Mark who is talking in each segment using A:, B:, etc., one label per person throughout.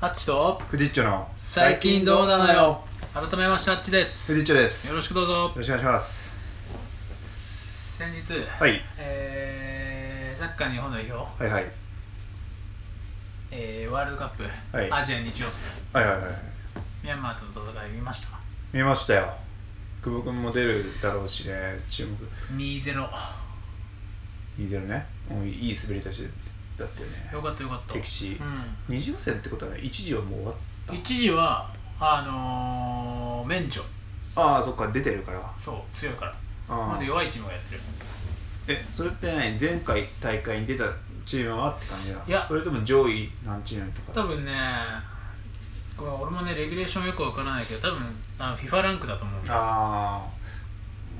A: ハッチと
B: フジッチョの
A: 最近どうなのよ改めましてハッチで
B: フ
A: す
B: ジ
A: よ
B: ッチョですよ
A: ろしくどうぞ
B: ろしくお願いします
A: 先日、
B: はい
A: えー、サッカー日本代表、
B: はいはい
A: えー、ワールドカップ、
B: はい
A: アジア日曜戦
B: はいはいはい
A: ミャンマーとの戦い見ましたか
B: 見ましたよ久保君も出るだろうしね注目
A: 2-0よ
B: 2-0ね、うん、いい滑り出しだったよね
A: かったよかった
B: 敵地
A: う
B: 二次予選ってことはね一時はもう終わっ
A: ん、一時はあのー、免除
B: ああそっか出てるから
A: そう強いからま
B: あ
A: だ
B: ー
A: 弱いチームがやってる
B: えそれって何前回大会に出たチームはって感じだ
A: いや
B: それとも上位何チームとか
A: 多分ねこれ俺もねレギュレーションよくわからないけど多分あの FIFA ランクだと思う
B: ああ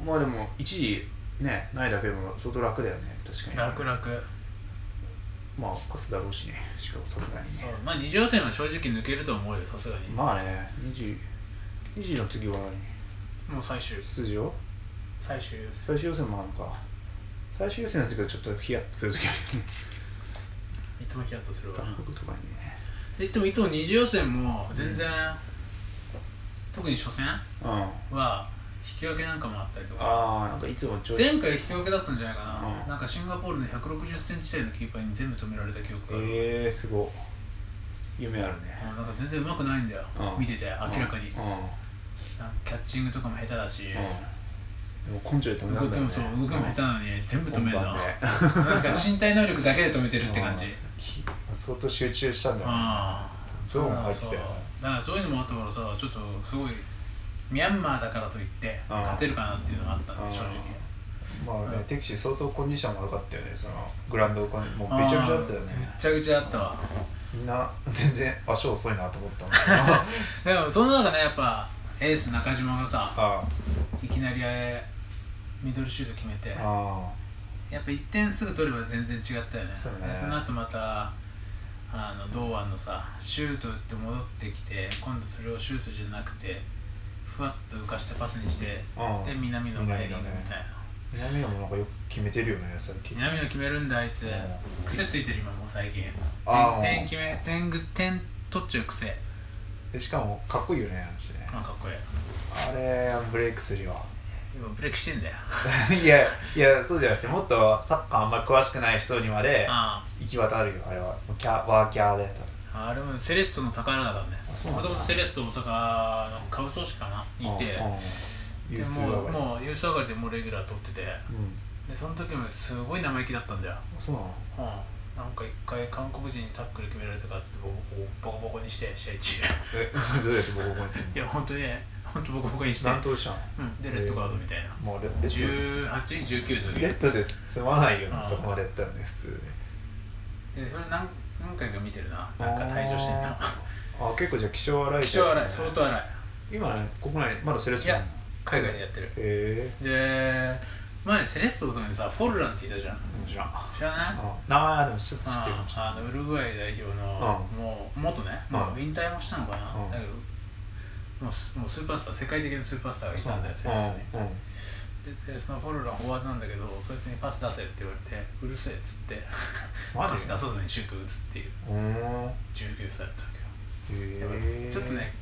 B: まあでも一時ねないだけでも相当楽だよね確かに
A: 楽々
B: まあ勝つだろうしねしかもさすがに
A: そう
B: ね
A: まあ二次予選は正直抜けると思うよさすがにも
B: まあね20 20の次は何
A: う最終
B: 出場
A: 最終予選
B: 最終予選もあるのか最終予選の時はちょっとヒヤッとする時あるよね
A: いつもヒヤッとするわ
B: 韓国とかにね
A: ででもいつも二次予選も全然、特に初戦
B: うんあ
A: は引き分けなんかもあったりとか
B: あなんかいつもちょい
A: 前回引き分けだったんじゃないかな、
B: うん
A: なんかシンガポールの1 6 0センチ台のキーパーに全部止められた記憶がある、
B: ええー、すごい夢あるね
A: うんなんか全然うまくないんだよ、
B: うん
A: 見てて明らかに、
B: うん、うん
A: なんかキャッチングとかも下手だし、
B: うん、でも根性で止めた
A: 動
B: ん
A: き
B: だよね
A: もそう動きも下手なのに全部止める
B: 本
A: の
B: 番
A: な
B: で
A: んか身体能力だけで止めて るって感じ
B: うんき相当集中したんだよね
A: ああ
B: ゾーン入ってたよね
A: だからそういうのもあったからさちょっとすごいミャンマーだからといって
B: うん
A: 勝てるかなっていうのがあったんで正直
B: まあね、
A: うん
B: 敵地相当コンディション悪かったよねそのグラウンドコンもうべちゃべちゃだったよ
A: あ
B: ね
A: あぐっちゃぐちゃだったわ
B: みんな全然足遅いなと思ったんだけ どあ
A: でもその中ねやっぱエース中島がさ
B: あ
A: いきなりミドルシュート決めてやっ
B: あ
A: ぱ1点すぐ取れば全然違ったよね
B: そうね
A: でその後またあの堂安のさシュート打って戻ってきて今度それをシュートじゃなくてふわっと浮かしてパスにして
B: あうん
A: で南野がヘディングみ
B: 南野
A: たいな
B: 南野もなんかよく決めてるよね最近
A: 南野決めるんだあいつ
B: うん
A: 癖ついてる今もう最近
B: あー
A: 点点決め点ぐ点取っちゃう癖
B: でしかもかっこいいよねあの人ね
A: なんかっこいい
B: あれブレイクするよ
A: 今ブレイクしてんだよ
B: いやいやそうじゃなくてもっとサッカーあんまり詳しくない人にまで
A: あ
B: 行き渡るよあれはもうキャワーキャーで多
A: ああれもセレストの宝だからね
B: あそうな
A: も
B: ん
A: と
B: だ
A: もとセレスト大阪の株組織かな
B: 分
A: いて
B: うんうん
A: で
B: 有数
A: もう
B: だから
A: もう優勝上がりでもうレギュラー取ってて
B: うん
A: でその時もすごい生意気だったんだよ、
B: そうなの
A: うん、なんか一回韓国人にタックル決められたからってボコボコボコボコにして試合 中
B: えどうやって僕覚えてる
A: いや本当にね本当ボコボコにして、
B: 何投したの
A: うん、でレッドカードみたいな
B: もうレレッ
A: 1819の
B: ド
A: 時
B: レッドです済まないよね
A: あー
B: そこまでやったんで普通で
A: でそれ何何回か見てるななんか退場してん な
B: あー結構じゃあ気性荒い
A: 気性荒い相当荒い
B: 今ね国内まだセレッソ
A: い
B: な
A: や
B: のへ
A: 海外でやってる
B: え
A: で前セレッソの時にさフォルランっていたじゃん
B: 面白いあ
A: 知らない
B: 名前はでもちょっと知ってるかもしれ
A: ああのウルグアイ代表の、
B: う
A: もう元ね、
B: うん
A: もう引退もしたのかな、
B: うん
A: だけどもうスもうスーパースター世界的なスーパースターがいたんだよセレ
B: ない
A: ッソに
B: うんうん
A: ででそのフォルランフォワードなんだけどそいつにパス出せって言われてうるせえっつって
B: マ
A: パス
B: ジ
A: 出さずにシュート打つっていう
B: うーんへ
A: 19歳だったわけよ
B: え
A: ちょっとね、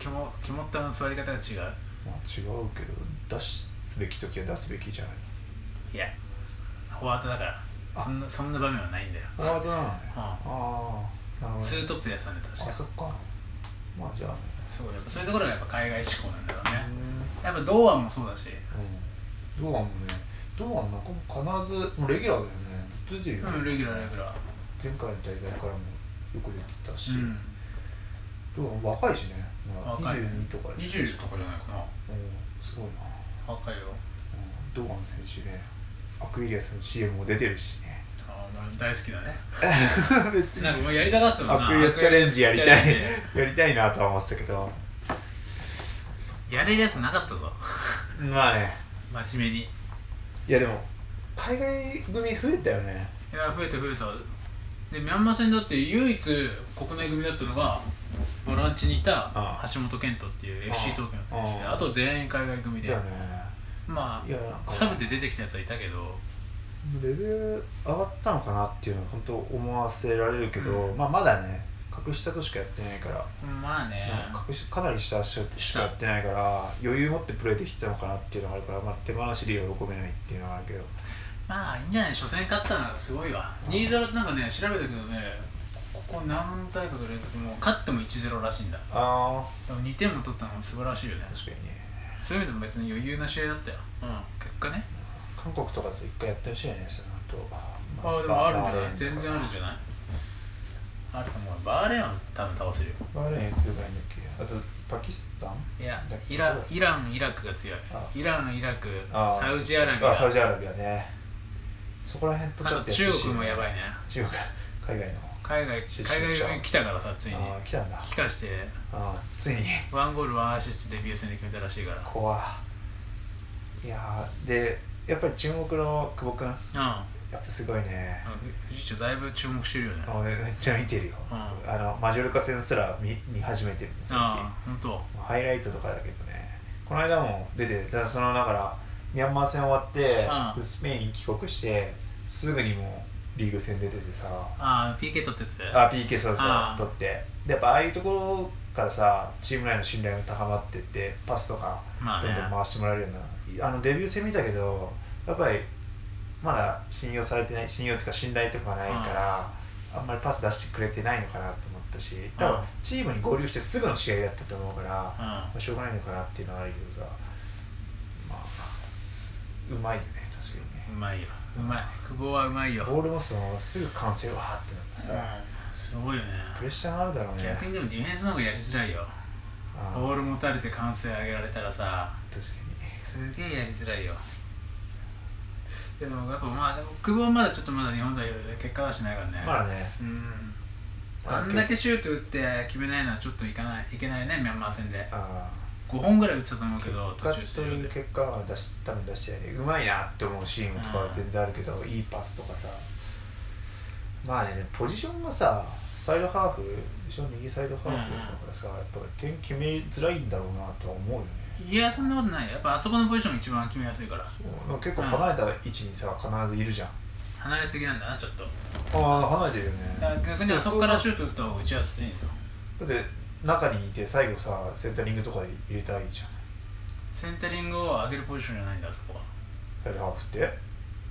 A: 肝肝ったの座り方が違う。
B: まあ、違うけど出すべき時は出すべきじゃない
A: いや、フォワードだから、
B: あ
A: そんなそんな場面はないんだよ。
B: フォワードなのね
A: うん
B: ああなるほど
A: ツートップでやってたんで、確
B: あ
A: か。
B: そっかまあじゃあ
A: すごい、やっぱそういうところがやっぱ海外志向なんだろう
B: うー
A: ね。
B: ん
A: やっぱ堂安もそうだし、
B: うん、堂安もね堂安なんかもう必ずもうレギュラーだよねずっと出てるよ、
A: うん、レギュラー、レギュラー。
B: 前回の大会からもよく出てたし、
A: うん、
B: 堂安若いしね、まあ、
A: 若い。
B: 22とかでしょ
A: 20とかじゃないかな。
B: うん、すごいな、
A: 若いよ。
B: うん、堂安選手ねアクエリアスの CM も出てるしね
A: あーまあ、大好きだね。
B: 別に
A: なんかもうやりたかったもんな。
B: アクエリアスチャレンジやりたい
A: チャレン
B: やりたいなとは思ってたけど
A: ジやれるやつなかったぞ。
B: まあね
A: 真面目に。い
B: いやでも海外組増えたよね
A: や、増えた増えた。で、ミャンマー戦だって唯一国内組だったのが、ボランチにいた
B: ああ
A: 橋本健人っていう FC 東京の選手で、
B: ああ
A: あと全員海外組
B: だ
A: で
B: よ、ね
A: ま
B: いやなん
A: あ、
B: か
A: サブで出てきたやつはいたけど、
B: レベル上がったのかなっていうのは本当思わせられるけど、
A: う
B: まあまだね格下としかやってないから、
A: まあね、
B: 格下かなり下ししかやってないから余裕持ってプレーできたのかなっていうのがあるから、まあ、手放しで喜べないっていうのはあるけど
A: まあいいんじゃない初戦勝ったのはすごいわ2-0ってなんかね調べたけどねここ何大会か連続もう勝っても1-0らしいんだ
B: ああ
A: でも2点も取ったのも素晴らしいよね
B: 確かにね
A: そういう意味でも別に余裕な試合だったよ、うん、結果ね
B: 韓国とかだと一回やってほしいよねその後
A: ああでもあるんじゃない全然あるんじゃないあると思うバーレーンは多分倒せるよ
B: バーレーンいつぐらいだっけあとパキスタン
A: いや
B: だっけ
A: イライランイラクが強い
B: あ
A: イランイラク
B: あー
A: サウジアラビア
B: あサウ
A: あ
B: ジアラビアねそこら辺とちょっと
A: と中国もや
B: い
A: ばいね
B: 中国海外の
A: 海外
B: 出身
A: 海
B: 者
A: 外に来たからさついに
B: ああ来たんだ
A: 帰化して
B: ああついに
A: ワンゴールワンアシストデビュー戦で決めたらしいから
B: 怖いやーでやっぱり注目の久保君や
A: うん
B: っぱすごいね
A: 藤井だいぶ注目してるよね
B: あめっちゃ見てるよ、
A: う
B: あのマジョルカ戦すら見見始めてるんですよ
A: ああ本当
B: ハイライトとかだけどねこの間も出てたそのだからミャンマー戦終わって、
A: うん
B: スペイン帰国してすぐにもうリーグ戦出ててさ
A: ああ PK 取ってて
B: あ PK ささ
A: うん
B: 取ってでやっぱああいうところからさチーム内の信頼が高まってってパスとか
A: まあ
B: どん
A: ね
B: どん回してもらえるようなあのデビュー戦見たけどやっぱりまだ信用されてない信用とか信頼とかがないから、あんまりパス出してくれてないのかなと思ったし多
A: う
B: 分
A: ん
B: チームに合流してすぐの試合だったと思うから、
A: う
B: ま
A: ん
B: あ、しょうがないのかなっていうのはあるけどさまあすうまいよね確かにね
A: うまいようまい久保はうまいよ
B: ボールもそのすぐ完成わーってなってさ、
A: うんすごいよね
B: プレッシャーがあるだろうね
A: 逆にでもディフェンスの方がやりづらいよ
B: あー
A: ボール持たれて完成上げられたらさ
B: 確か
A: すげえやりづらいよでもやっぱまあでも久保はまだちょっとまだ日本代表で結果はしないからね
B: にまだね
A: うんあんだけシュート打って決めないのはちょっといかないいけないねミャンマー戦で
B: ああ
A: 5本ぐらい打ってたと思うけど途
B: 使っ
A: 中
B: て
A: 出場
B: る
A: で
B: 結果は出し多分出してないねうまいなって思うシーンとかは全然あるけど、いいパスとかさまあねポジションがさサイドハーフ後ろ右サイドハーフだからさ、やっぱ点決めづらいんだろうなとは思うよね
A: いやそんなことないよやっぱあそこのポジション一番決めやすいから
B: でも結構離れた位置にさ必ずいるじゃん
A: 離れすぎなんだなちょっと
B: ああ離れてるよね
A: だから逆にあそこから
B: そ
A: シュート打った方が打ちやすいんだよ
B: うだだって中にいて最後さセンタリングとかで入れたらいいじゃん
A: センタリングを上げるポジションじゃないんだあそこは
B: サイドハーフって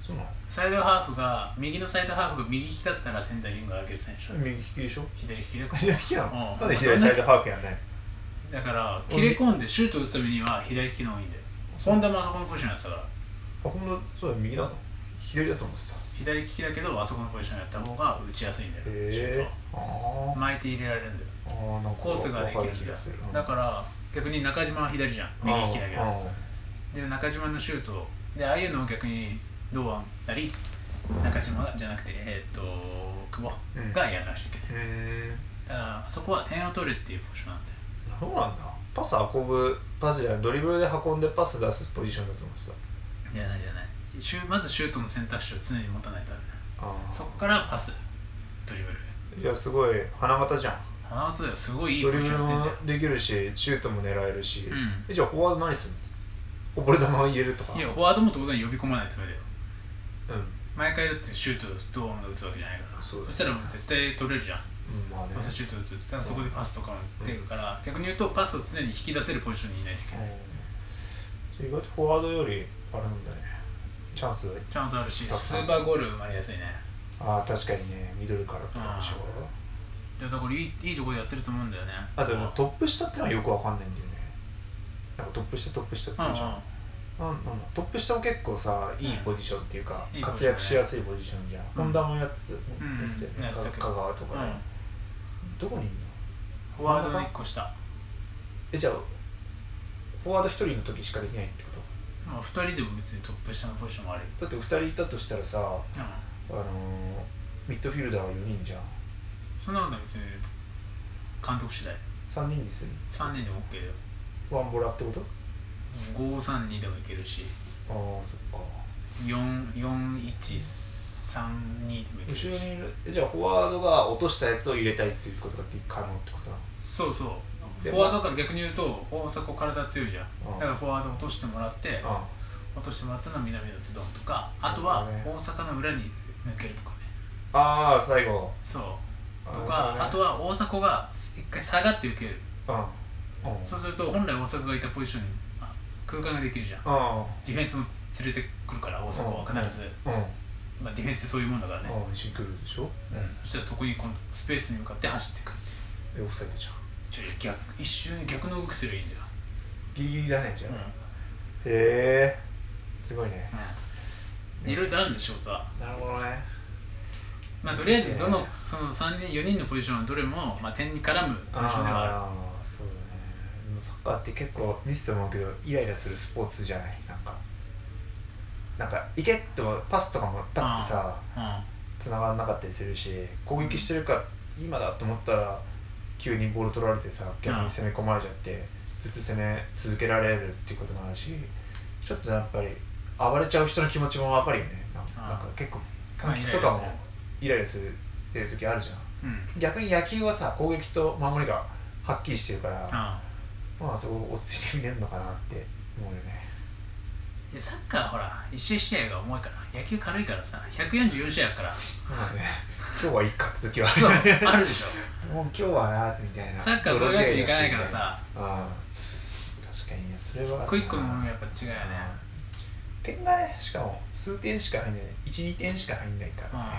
B: そうなの
A: サイドハーフが右のサイドハーフが右利きだったらセンタリングを上げる選手
B: 右利きでしょ
A: 左利きで こ
B: 左利きなの、
A: うん
B: なんで左サイドハーフやんないの
A: うだから切れ込んでシュート打つためには左利きの方がいいんだよ本田もあそこのポジションやってたから
B: あ、ほんとそうだ、右だの左だと思ってた。
A: 左利きだけどあそこのポジションやった方が打ちやすいんだよシュー
B: へぇ
A: ト
B: ー。
A: 巻いて入れられるんだよ
B: あーあー、なんか
A: コースができ
B: わか
A: る
B: 気
A: 気
B: が
A: が
B: す
A: す
B: る
A: る。
B: うん
A: だから逆に中島は左じゃん右利きだけど
B: うんうん
A: で中島のシュートでああいうのを逆に堂安なり中島じゃなくて、えー、と久
B: うん
A: 保がやらなきゃいけない、
B: へ
A: だからあそこは点を取るっていうポジションなんだよ
B: ー。そうなんだ。パス運ぶ、パスじゃないドリブルで運んでパス出すポジションだと思ってた。
A: じゃないじゃないシュまずシュートの選択肢を常に持たないとダメだ
B: あ
A: そこからパスドリブル
B: あ。いや、すごい、花形じゃん。
A: 花形ではすごいいい
B: ド
A: ポ
B: リ
A: ジ
B: ブ
A: ショ
B: ル
A: ンやってんだ
B: も
A: よ
B: できるし、シュートも狙えるし。
A: うん
B: えじゃあ、フォワード何するのこぼれ球を入れるとか。
A: いやフォワードも当然呼び込まないとダメだよ
B: うん。うん、
A: 毎回だってシュートを堂安が打つわけじゃないから
B: そうだね
A: したらもう絶対取れるじゃん
B: まあね。
A: パスシュート打つだからそこでパスとかも出るから、逆に言うとパスを常に引き出せるポジションにいないといけない、
B: うん意外とフォワードより、あれなんだね。チャンスが
A: チャンスあるし
B: たく
A: ス
B: さん
A: ーパーゴール生まれやすいね
B: ああ確かにねミドルからとかでしょ
A: でだからいいいいところでやってると思うんだよね
B: あとでも
A: うん
B: トップ下ってのはよくわかんないんだよねなんかトップ下トップ下って言うじゃん,、なんなんだトップ下も結構さいいポジションっていうか、
A: うんいいポジ
B: 活
A: ションね
B: 躍しやすいポジションじゃん、
A: うん
B: ホンダもやってたよ
A: うん
B: ねやってたよ
A: や
B: ね
A: ってたけど
B: 香川と
A: うん
B: か
A: うん、
B: ねどこにいるの
A: フォワードの1個下
B: えじゃあフォワード1人の時しかできないってこ
A: まあ2人でも別にトップ下のポジションもあるよ
B: とだって2人いたとしたらさあ
A: うん
B: のー、ミッドフィルダーは4人じゃん
A: そんなことは別に監督次第
B: 3人にする
A: 3人でも OK だよ
B: ワンボラってこと
A: 532でもいけるし
B: ああそっか
A: 44132でもいけるし
B: 後ろにいるえじゃあフォワードが落としたやつを入れたりすることができ可能ってことなの
A: そうそうフ
B: で
A: ォワードから逆に言うと大阪体強いじゃん
B: うん
A: だからフォワード落としてもらって
B: あ
A: 落としてもらったのは南のズドンとかあと
B: な
A: は
B: るほ
A: 大阪の裏に抜けるとかね
B: あー最後
A: そうとかあとは大迫が一回下がって受ける
B: うんうん
A: そうすると本来大迫がいたポジションにあ空間ができるじゃん
B: あ
A: ディフェンスも連れてくるから大迫は必ず、
B: あうん
A: まあ、ディフェンスってそういうもんだからね、
B: うんシンクルでしょ
A: そしたらそこにこのスペースに向かって走っていくっていう
B: えオフサイドじゃん
A: ちょ逆一瞬逆の動きすればいいんだよ、
B: ギリギリだねじゃ
A: うん
B: んへえすごいね
A: いろいろとあるんでしょうか
B: なるほどね
A: まあとりあえずど
B: いい
A: の
B: で
A: その3人4人のポジションはどれも、まあ、点に絡むポジションではあ
B: ああそうだねでもサッカーって結構ミスと思うけどイライラするスポーツじゃないなんかなんかいけってパスとかもパッてさ
A: る、うん
B: 繋がんなかったりするし攻撃してるから今だと思ったら急にボール取られてさ逆に攻め込まれちゃってずっと攻め続けられるっていうこともあるしちょっとやっぱり暴れちゃう人の気持ちもわかるよねなんか
A: あー
B: なんか結構
A: まあ
B: 観客とかも
A: イライラ
B: イライラするってる時あるじゃん
A: うんうん
B: 逆に野球はさ攻撃と守りがはっきりしてるから
A: あ
B: まあそこ落ち着いて見れるのかなって思うよ ね
A: いやサッカーはほら一試合一試合が重いから野球軽いからさ144試合あるから
B: まあね今日はいいかって時は
A: そうあるでしょ
B: もう今日はなみたいな
A: サッカーそういうわけにいかないからさ
B: うん確かにねそれは
A: 一個一個のものが
B: や
A: やっぱ違うよね
B: 点がねしかも数点しか入んない12点しか入んないか
A: う
B: ら
A: ん
B: ね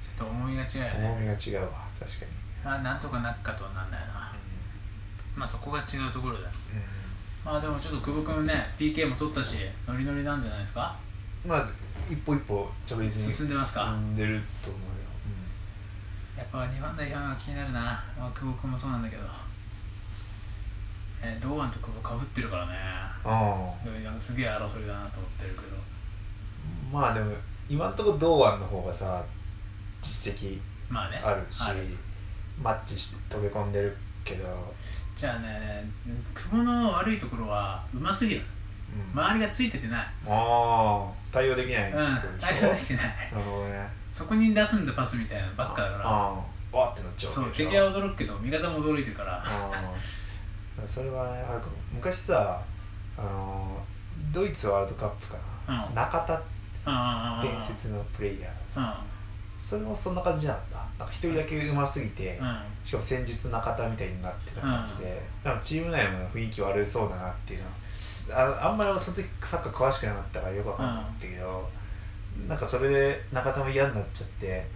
A: ちょっと重みが違うよね
B: 重みが違うわ確かに
A: まあなんとかなっかとはなんないなまあそこが違うところだよ
B: うん、
A: まあでもちょっと久保君ね PK も取ったしノリノリなんじゃないですか
B: まあ一歩一歩着実に
A: 進んでますか
B: 進んでると思うよ、
A: やっぱ日本代表が気になるな、まあ、久保君もそうなんだけど、えー、堂安と久保かぶってるからね
B: うん、ああ
A: でもなんかすげえ争いだなと思ってるけど
B: まあでも今んとこ堂安の方がさ実績
A: まあね
B: あるし
A: はい
B: マッチして飛び込んでるけど、
A: じゃあね久保の悪いところはうますぎる
B: うん
A: 周りがついててない
B: あー対応できないっ
A: う
B: て
A: ん
B: ことで
A: 対
B: しょ
A: 応できてない
B: なるほどね
A: そこに出すんだパスみたいなのばっかだか
B: ああわーってなっちゃ
A: ら
B: う
A: そう
B: わけ
A: 敵
B: でしょ
A: は驚くけど味方も驚いてるから
B: うん それはねあるかも昔さあのドイツワールドカップかな、
A: うん
B: 中田
A: うんうんうんうん
B: 伝説のプレイヤー
A: う
B: それもそんな感じじゃなかったなんか一人だけうますぎて、
A: んうん
B: しかも戦術中田みたいになってた感じで、なんかチーム内も雰囲気悪そうだなっていうのはああんまりその時サッカー詳しくなかったからよくわかんなかったけど、なんかそれで中田も嫌になっちゃって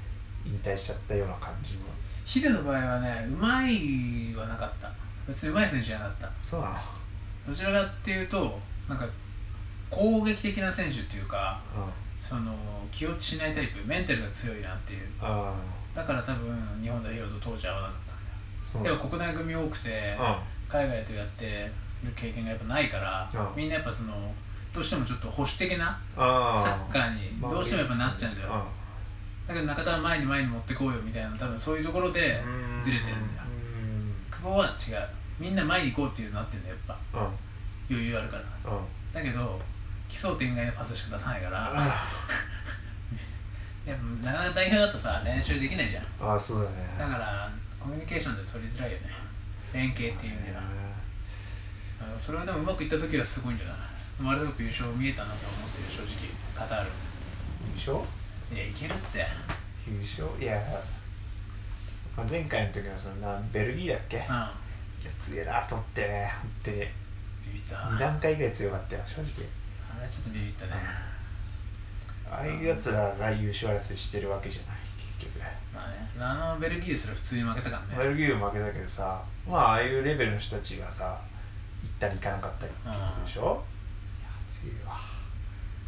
B: 引退しちゃったような感じも
A: ヒデの場合はねうまいはなかった別にうまい選手じゃなかった
B: そうなの
A: どちらかっていうとなんか攻撃的な選手っていうか
B: うん
A: その気落ちしないタイプメンタルが強いなっていう
B: あ
A: だから多分日本代表と当時合わなかったんだよ
B: あそう
A: で
B: な
A: も
B: の
A: 国内組多くて海外とやってる経験がやっぱないから
B: うん
A: みんなやっぱそのどうしてもちょっと保守的な
B: あ
A: サッカーにどうしてもやっぱなっちゃうんだよだけど中田は前に前に持ってこうよみたいな多分そういうところで
B: うん
A: ずれてるんだよ久保は違うみんな前に行こうっていうのになってんだよやっぱ
B: うんうん
A: 余裕あるから
B: うん
A: だけど奇想天外なパスしか出さないからやっぱなかなか代表だとさ練習できないじゃん
B: ああそうだね
A: だからコミュニケーションで取りづらいよね連携っていうにはうんそれはでもうまくいった時はすごいんじゃないワールドカップ優勝見えたなと思ってる正直カタール
B: 優勝
A: いやいけるって
B: 優勝いや、まあ、前回の時はそのなベルギーだっけ、いや
A: う
B: 強えなと思ってね本当に
A: んビビった
B: 2
A: あ
B: 段階ぐらい強かったよ正直
A: れちょっとビビったね
B: ああいうやつらが優勝争いしてるわけじゃない結局
A: まあねあのベルギーですら普通に負けたから
B: ベ
A: ね
B: ルギーも負けたけどさまあああいうレベルの人たちがさ行ったり行かなかったりってことでしょ、いや強いわ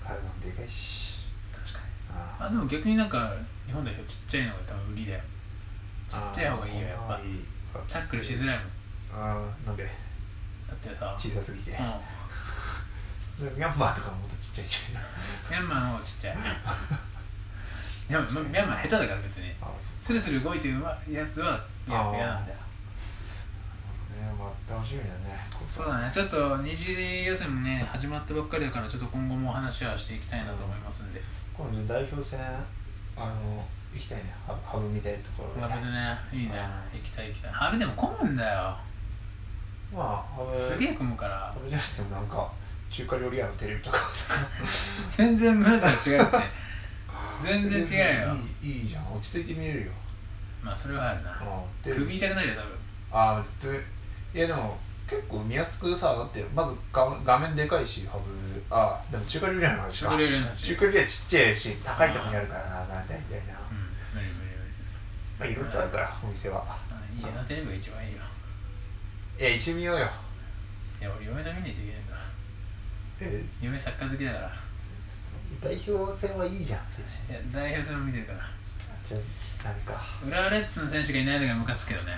B: 体もでかいし
A: 確かに
B: あ
A: あでも逆になんか日本代表ちっちゃいのが多分売りだよちっちゃい方がいいよやっぱタックルしづ
B: い
A: らいもん
B: あーなんで
A: だってさ
B: 小さすぎて
A: うん
B: ミャンマーとかもっとちっちゃいんじゃない
A: ミャンマーの方がちっ ちゃいでもミャンマー下手だから別に
B: ああそう
A: スルスル動いてるやつは嫌
B: あー
A: 嫌なんだよ
B: ねまあ楽しみだね
A: そうだねちょっと二次予選もね始まったばっかりだからちょっと今後もお話はしていきたいなと思いますんで
B: 今度代表戦あの行きたいねハブハブみたいなとこ
A: ハ
B: ろ
A: ブでねいいね行きたい行きたいハブでも混むんだよ
B: まあハブ
A: すげえ混むから
B: ハブじゃなくてもなんか中華料理屋のテレビとかさ
A: 全然ムードが違うって全然違うよ
B: いいいいじゃん落ち着いて見れるよ
A: まあそれはあるな
B: うんで
A: 首痛くなるよ多分
B: ああずっといやでも結構見やすくさだってまず画画面でかいしハブああでも中華料理屋の話
A: ショ
B: か
A: ートレールの
B: 中
A: 話
B: 華料理屋ちっちゃいし高いとこにあるからなまあ大体な
A: うん無理無理無理
B: まあいろいろとあるからお店は
A: あ家のテレビが一番いいよ
B: いや一緒に見ようよ
A: いや俺嫁と見ないといけないんだ
B: え
A: 嫁サッカー好きだからい
B: 代表戦はいいじゃん別に
A: や代表戦も見てるから
B: じゃあなんか
A: 浦和レッズの選手がいないのがムカつくけどね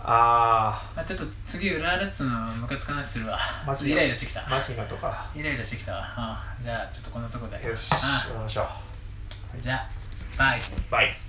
B: あ
A: あちょっと次浦和レッズのムカつかな話するわちょ
B: マ
A: っ
B: ジ
A: と
B: で
A: イライラしてきた
B: あ牧野とか
A: イライラしてきたわあじゃあちょっとこんなとこで
B: よし
A: あ
B: やりましょう
A: じゃあバイ
B: バイ